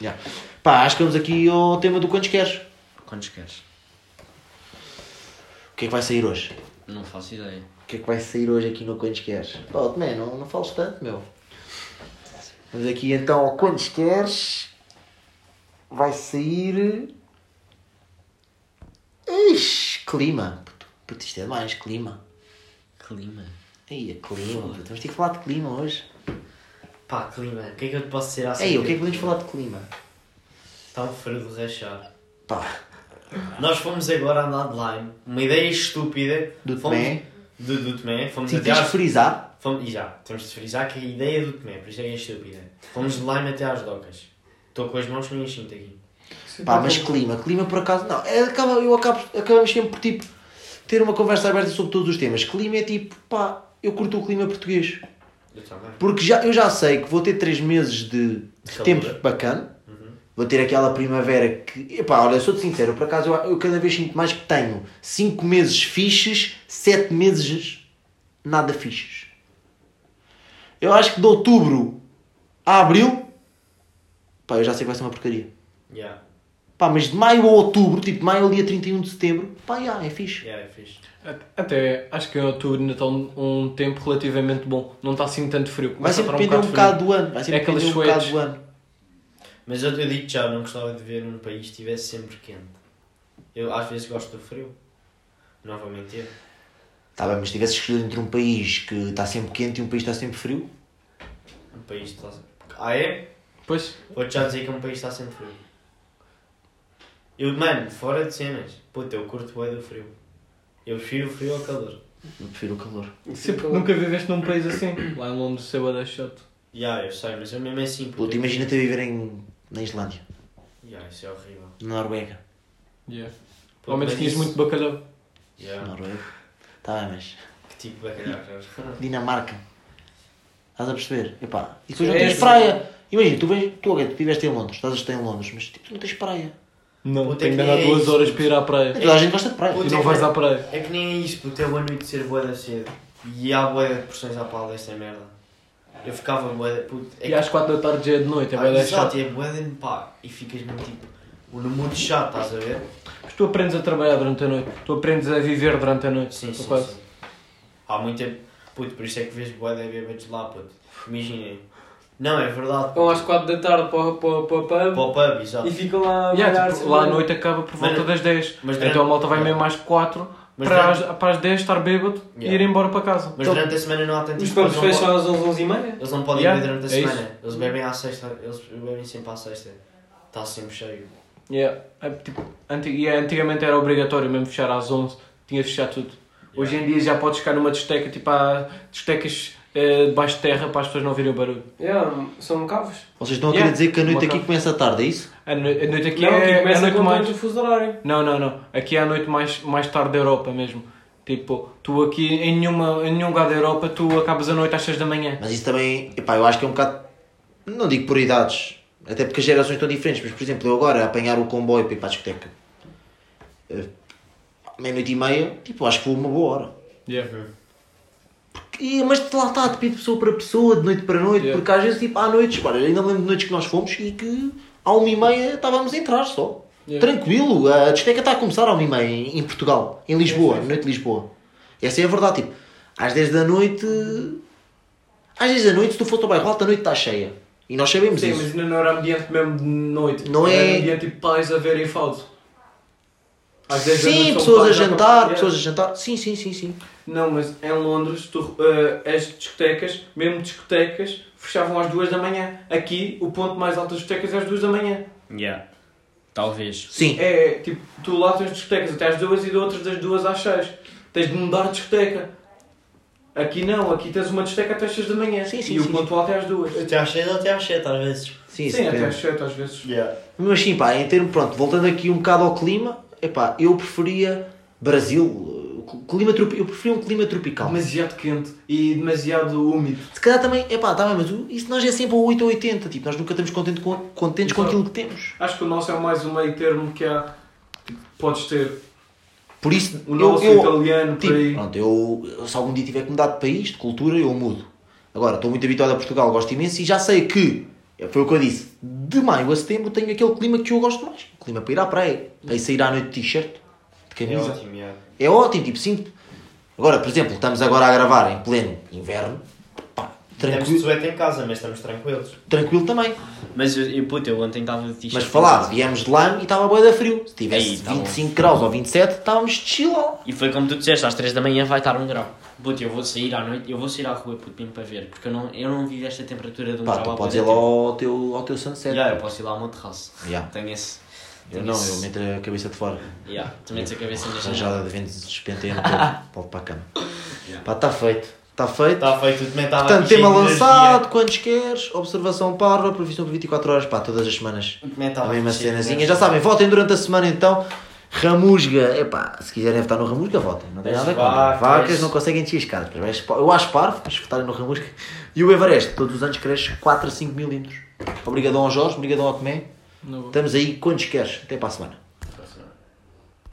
[SPEAKER 1] Yeah. Pá, acho que vamos aqui ao tema do quantos queres.
[SPEAKER 2] Quantos queres?
[SPEAKER 1] O que é que vai sair hoje?
[SPEAKER 2] Não faço ideia.
[SPEAKER 1] O que é que vai sair hoje aqui no Quantos Queres? Oh, Tomé, não, não fales tanto, meu. Vamos aqui então ao Quantos Queres. Vai sair. Ixi, clima. puto. Puto, isto é mais clima.
[SPEAKER 2] Clima.
[SPEAKER 1] Aí, é clima. puto. Vamos ter que falar de clima hoje.
[SPEAKER 2] Pá, clima. O que é que eu te posso dizer acerca
[SPEAKER 1] Ei, o que é que
[SPEAKER 2] do
[SPEAKER 1] podemos
[SPEAKER 2] clima?
[SPEAKER 1] falar de clima?
[SPEAKER 2] Está um frio de rachar.
[SPEAKER 1] Pá,
[SPEAKER 2] Nós fomos agora andar de Lime. Uma ideia estúpida.
[SPEAKER 1] do
[SPEAKER 2] Fomos-
[SPEAKER 1] Tomé.
[SPEAKER 2] Do, do Tomé. Fomos
[SPEAKER 1] Sim,
[SPEAKER 2] até
[SPEAKER 1] tens de
[SPEAKER 2] às...
[SPEAKER 1] frisar.
[SPEAKER 2] Fomos... E já, temos de frisar que a ideia do Tomé, por isso é que é estúpida. Fomos de Lime até às docas. Estou com as mãos com a cinta aqui.
[SPEAKER 1] Pá, mas clima. Clima por acaso, não. É, acaba, eu acabo, acabamos sempre por, tipo, ter uma conversa aberta sobre todos os temas. Clima é tipo, pá, eu curto o clima português.
[SPEAKER 2] Eu também.
[SPEAKER 1] Porque já, eu já sei que vou ter 3 meses de, de
[SPEAKER 2] Calor.
[SPEAKER 1] tempo bacana. Vou ter aquela primavera que. Epá, olha, eu sou-te sincero, por acaso eu, eu cada vez sinto mais que tenho 5 meses fixes, 7 meses nada fixes. Eu acho que de outubro a abril. Pá, eu já sei que vai ser uma porcaria.
[SPEAKER 2] Já,
[SPEAKER 1] Pá, mas de maio a outubro, tipo de maio ali a 31 de setembro, pá, já, é fixe.
[SPEAKER 2] já é fixe.
[SPEAKER 3] Até acho que em outubro ainda está um, um tempo relativamente bom. Não está assim tanto frio.
[SPEAKER 1] Vai
[SPEAKER 3] Começa a
[SPEAKER 1] sempre
[SPEAKER 3] parar
[SPEAKER 1] depender um
[SPEAKER 3] frio.
[SPEAKER 1] bocado do ano. Vai sempre
[SPEAKER 3] É aqueles
[SPEAKER 1] depender um bocado
[SPEAKER 3] suetes.
[SPEAKER 1] do ano.
[SPEAKER 2] Mas eu, eu digo já, não gostava de ver um país que estivesse sempre quente. Eu às vezes gosto do frio. Não vou mentir.
[SPEAKER 1] Tá bem, mas se tivesse escolhido entre um país que está sempre quente e um país que está sempre frio,
[SPEAKER 2] Um país que está Ah é?
[SPEAKER 3] Pois,
[SPEAKER 2] Vou-te já dizer que um país está sempre frio. Eu, mano, fora de cenas. Puta, eu curto bem do frio. Eu prefiro o frio ao calor.
[SPEAKER 1] eu prefiro o calor.
[SPEAKER 3] sempre, nunca viveste num país assim. Lá em Londres, sei lá, chato.
[SPEAKER 2] Já, eu sei, mas eu mesmo assim.
[SPEAKER 1] Puta, imagina-te a viver em, na Islândia,
[SPEAKER 2] Ya, isso é horrível.
[SPEAKER 1] na Noruega.
[SPEAKER 3] Yeah.
[SPEAKER 2] Puta,
[SPEAKER 3] Ao menos
[SPEAKER 2] mas
[SPEAKER 3] tinhas
[SPEAKER 2] é isso-
[SPEAKER 3] muito bacalhau.
[SPEAKER 2] Ya,
[SPEAKER 1] Noruega. Tá bem, mas.
[SPEAKER 2] Que tipo de bacalhau, cara.
[SPEAKER 1] Dinamarca. Estás a perceber? Epá, e depois não
[SPEAKER 4] É
[SPEAKER 1] tens
[SPEAKER 4] essa.
[SPEAKER 1] praia. Imagina, tu vens, tu, ok, tu estiveste em Londres, estás a estar em Londres, mas tipo, tu não tens praia.
[SPEAKER 3] Não,
[SPEAKER 2] Puta,
[SPEAKER 3] tenho
[SPEAKER 2] que
[SPEAKER 3] de andar
[SPEAKER 2] é
[SPEAKER 3] duas
[SPEAKER 2] isso.
[SPEAKER 3] horas para ir à praia.
[SPEAKER 1] Toda a gente gosta de praia.
[SPEAKER 2] Puta,
[SPEAKER 3] E não vais à praia.
[SPEAKER 2] É que nem é isso, puto, eu anoitecer bué da cedo. E há bué de depressões à pala desta merda. Eu ficava bué da... Puto, é
[SPEAKER 3] E às quatro da tarde já é de noite, é
[SPEAKER 2] Ah,
[SPEAKER 3] bem
[SPEAKER 2] exato,
[SPEAKER 3] chato.
[SPEAKER 2] é bué de pá. E ficas mesmo tipo... No mundo chato, estás a ver?
[SPEAKER 3] Mas tu aprendes a trabalhar durante a noite. Tu aprendes a viver durante a noite. Tipo,
[SPEAKER 2] Sim,
[SPEAKER 3] por
[SPEAKER 2] sim,
[SPEAKER 3] acaso.
[SPEAKER 2] sim. Há muito tempo... Puto, por isso é que vês bué da bêbados lá, puto. Imaginem. Não, é verdade.
[SPEAKER 4] Vão às 4 da tarde para, para, para, para,
[SPEAKER 2] Para o pub, exato.
[SPEAKER 4] e ficam lá a
[SPEAKER 3] Yeah,
[SPEAKER 4] olhar
[SPEAKER 3] tipo,
[SPEAKER 4] assim,
[SPEAKER 3] lá à noite acaba por volta
[SPEAKER 2] Mas-
[SPEAKER 3] das 10.
[SPEAKER 2] mas durante-
[SPEAKER 3] então a malta vai
[SPEAKER 2] Yeah.
[SPEAKER 3] mesmo às 4
[SPEAKER 2] Mas
[SPEAKER 3] para,
[SPEAKER 2] durante-
[SPEAKER 3] as, para as 10 estar bêbado
[SPEAKER 2] Yeah.
[SPEAKER 3] e ir embora para casa.
[SPEAKER 2] Mas durante a semana não há tanto
[SPEAKER 4] Então, Os
[SPEAKER 3] tipo,
[SPEAKER 2] isso, porque
[SPEAKER 4] pubs
[SPEAKER 2] não podem-
[SPEAKER 4] fecham às 11, 11 e meia.
[SPEAKER 2] Eles não podem
[SPEAKER 3] Yeah,
[SPEAKER 2] beber durante a
[SPEAKER 3] é
[SPEAKER 2] semana. Eles bebem à sexta. Eles bebem sempre à sexta. Está sempre cheio.
[SPEAKER 3] Yeah. É, tipo, anti- e é, antigamente era obrigatório mesmo fechar às 11, tinha de fechar tudo. Hoje em dia já podes ficar numa discoteca, tipo há discotecas eh, debaixo de terra para as pessoas não ouvirem o barulho.
[SPEAKER 4] Yeah, são cavos.
[SPEAKER 1] Vocês estão a querer
[SPEAKER 3] Yeah.
[SPEAKER 1] dizer que a noite
[SPEAKER 3] Uma
[SPEAKER 1] aqui
[SPEAKER 3] ca-
[SPEAKER 1] começa à tarde, é isso?
[SPEAKER 3] A, no- a noite aqui
[SPEAKER 4] Não,
[SPEAKER 3] é,
[SPEAKER 4] aqui
[SPEAKER 3] é a
[SPEAKER 4] começa
[SPEAKER 3] noite
[SPEAKER 4] com
[SPEAKER 3] mais.
[SPEAKER 4] mais... o fuso horário.
[SPEAKER 3] Não, não, não. Aqui é a noite mais, mais tarde da Europa mesmo. Tipo, tu aqui em, nenhuma, em nenhum lugar da Europa tu acabas a noite às 6 da manhã.
[SPEAKER 1] Mas isso também, epá, eu acho que é um bocado. Não digo por idades, até porque as gerações estão diferentes, mas por exemplo, eu agora a apanhar o comboio para ir para a discoteca, eh, meia-noite e meia, tipo, acho que vou uma boa hora. E, mas lá está, depende de pessoa para pessoa, de noite para noite,
[SPEAKER 3] Yeah.
[SPEAKER 1] porque às vezes tipo, há noites, olha, ainda me lembro de noites que nós fomos e que à uma e meia estávamos a entrar só.
[SPEAKER 3] Yeah.
[SPEAKER 1] Tranquilo, a discoteca está a começar à uma e meia em, em Portugal, em Lisboa, noite de Lisboa. Essa é a verdade, tipo, às 10 da noite. Às 10 da noite, se tu for ao bairro alto, a noite está cheia. E nós sabemos
[SPEAKER 3] Sim,
[SPEAKER 1] isso.
[SPEAKER 3] mas ainda não era ambiente mesmo de noite.
[SPEAKER 1] Não
[SPEAKER 3] era
[SPEAKER 1] é-
[SPEAKER 3] ambiente tipo pais a verem foto. Às vezes eu não
[SPEAKER 1] Sim,
[SPEAKER 3] sou
[SPEAKER 1] pessoas a
[SPEAKER 3] pai, um já
[SPEAKER 1] jantar,
[SPEAKER 3] acabo-
[SPEAKER 1] pessoas a jantar. Sim, sim, sim, sim.
[SPEAKER 3] Não, mas em Londres, tu, eh, as discotecas, mesmo discotecas, fechavam às duas da manhã. Aqui, o ponto mais alto das discotecas é às duas da manhã.
[SPEAKER 2] Yeah. Talvez.
[SPEAKER 1] Sim.
[SPEAKER 3] É, tipo, tu lá tens discotecas até às duas e de outras das duas às seis. Tens de mudar de discoteca. Aqui não, aqui tens uma discoteca até às seis da manhã.
[SPEAKER 1] Sim, sim,
[SPEAKER 3] e
[SPEAKER 1] sim.
[SPEAKER 3] o ponto alto é às duas.
[SPEAKER 2] Até às 6 ou até às 7 às vezes.
[SPEAKER 1] Sim, isso é.
[SPEAKER 3] sim, até
[SPEAKER 1] depende.
[SPEAKER 3] às sete às vezes.
[SPEAKER 2] Yeah.
[SPEAKER 1] Mas sim, pá, em termo, pronto, voltando aqui um bocado ao clima, epá, eu preferia Brasil, eh, clima tropi- eu preferia um clima tropical.
[SPEAKER 3] Tá Demasiado quente e demasiado úmido.
[SPEAKER 1] Se calhar também, epá, tá bem, mas o- isso nós é sempre o 8 ou 80, tipo, nós nunca estamos contente com, contentes com
[SPEAKER 3] Exato.
[SPEAKER 1] aquilo que temos.
[SPEAKER 3] Acho que o nosso é mais um meio termo que há. Tipo, podes ter
[SPEAKER 1] Por isso,
[SPEAKER 3] o nosso
[SPEAKER 1] eu, eu,
[SPEAKER 3] italiano por
[SPEAKER 1] tipo,
[SPEAKER 3] aí.
[SPEAKER 1] pronto, eu, se algum dia tiver que mudar de país, de cultura, eu mudo. Agora, estou muito habituado a Portugal, gosto imenso e já sei que, é, foi o que eu disse, de maio a setembro tenho aquele clima que eu gosto mais. Clima para ir à praia, para ir sair à noite de t-shirt, de
[SPEAKER 2] É
[SPEAKER 1] camisa.
[SPEAKER 2] ótimo, yeah.
[SPEAKER 1] É ótimo, tipo, sim. Agora, por exemplo, estamos agora a gravar em pleno inverno. Pá,
[SPEAKER 2] Temos
[SPEAKER 1] Tranquilo,
[SPEAKER 2] suéter em casa, mas estamos tranquilos.
[SPEAKER 1] tranquilo também.
[SPEAKER 2] Mas eu, eu, puto, eu ontem estava de t-shirt.
[SPEAKER 1] Mas falar, viemos de lã e estava boa da frio. Se tivesse
[SPEAKER 2] Aí, tá
[SPEAKER 1] 25 graus ou 27, estávamos de chilau.
[SPEAKER 2] E foi como tu disseste, às 3 da manhã vai estar um grau. Puto, eu vou sair à noite, eu vou sair à rua, puto, mesmo para ver. Porque eu não, eu não vivo esta temperatura de um
[SPEAKER 1] Pá,
[SPEAKER 2] grau
[SPEAKER 1] tu
[SPEAKER 2] à
[SPEAKER 1] podes
[SPEAKER 2] beira
[SPEAKER 1] ir lá
[SPEAKER 2] tempo.
[SPEAKER 1] ao teu, ao teu sunset.
[SPEAKER 2] Yeah, eu posso ir lá ao meu terraço.
[SPEAKER 1] Yeah.
[SPEAKER 2] Tenho esse.
[SPEAKER 1] Eu
[SPEAKER 2] tenho
[SPEAKER 1] não,
[SPEAKER 2] esse-
[SPEAKER 1] eu meto a cabeça de fora.
[SPEAKER 2] Yeah, tu metes a cabeça na janela.
[SPEAKER 1] Arranjada de vento suspendendo, volto para a cama. Pá, está feito. Está feito.
[SPEAKER 2] Está feito, tu também estava
[SPEAKER 1] Portanto,
[SPEAKER 2] aqui Tá, cheio
[SPEAKER 1] tema
[SPEAKER 2] de energia.
[SPEAKER 1] lançado, quantos queres, observação parva, previsão por 24 horas, pá, todas as semanas.
[SPEAKER 2] Tu também
[SPEAKER 1] A
[SPEAKER 2] estava
[SPEAKER 1] mesma
[SPEAKER 2] cheio de
[SPEAKER 1] Tá cenazinha.
[SPEAKER 2] energia.
[SPEAKER 1] Já sabem, votem durante a semana então. Ramusga, epá, se quiserem votar no Ramusga, votem. Não tem
[SPEAKER 2] As
[SPEAKER 1] nada contra.
[SPEAKER 2] vacas.
[SPEAKER 1] Vacas não conseguem descer as cartas. mas Eu acho parvo, mas votarem no Ramusga. E o Everest, todos os anos cresce 4 a 5 milímetros. Obrigadão ao Jorge, obrigadão ao Tomé.
[SPEAKER 3] Não vou.
[SPEAKER 1] Estamos aí quantos queres. Até para a semana.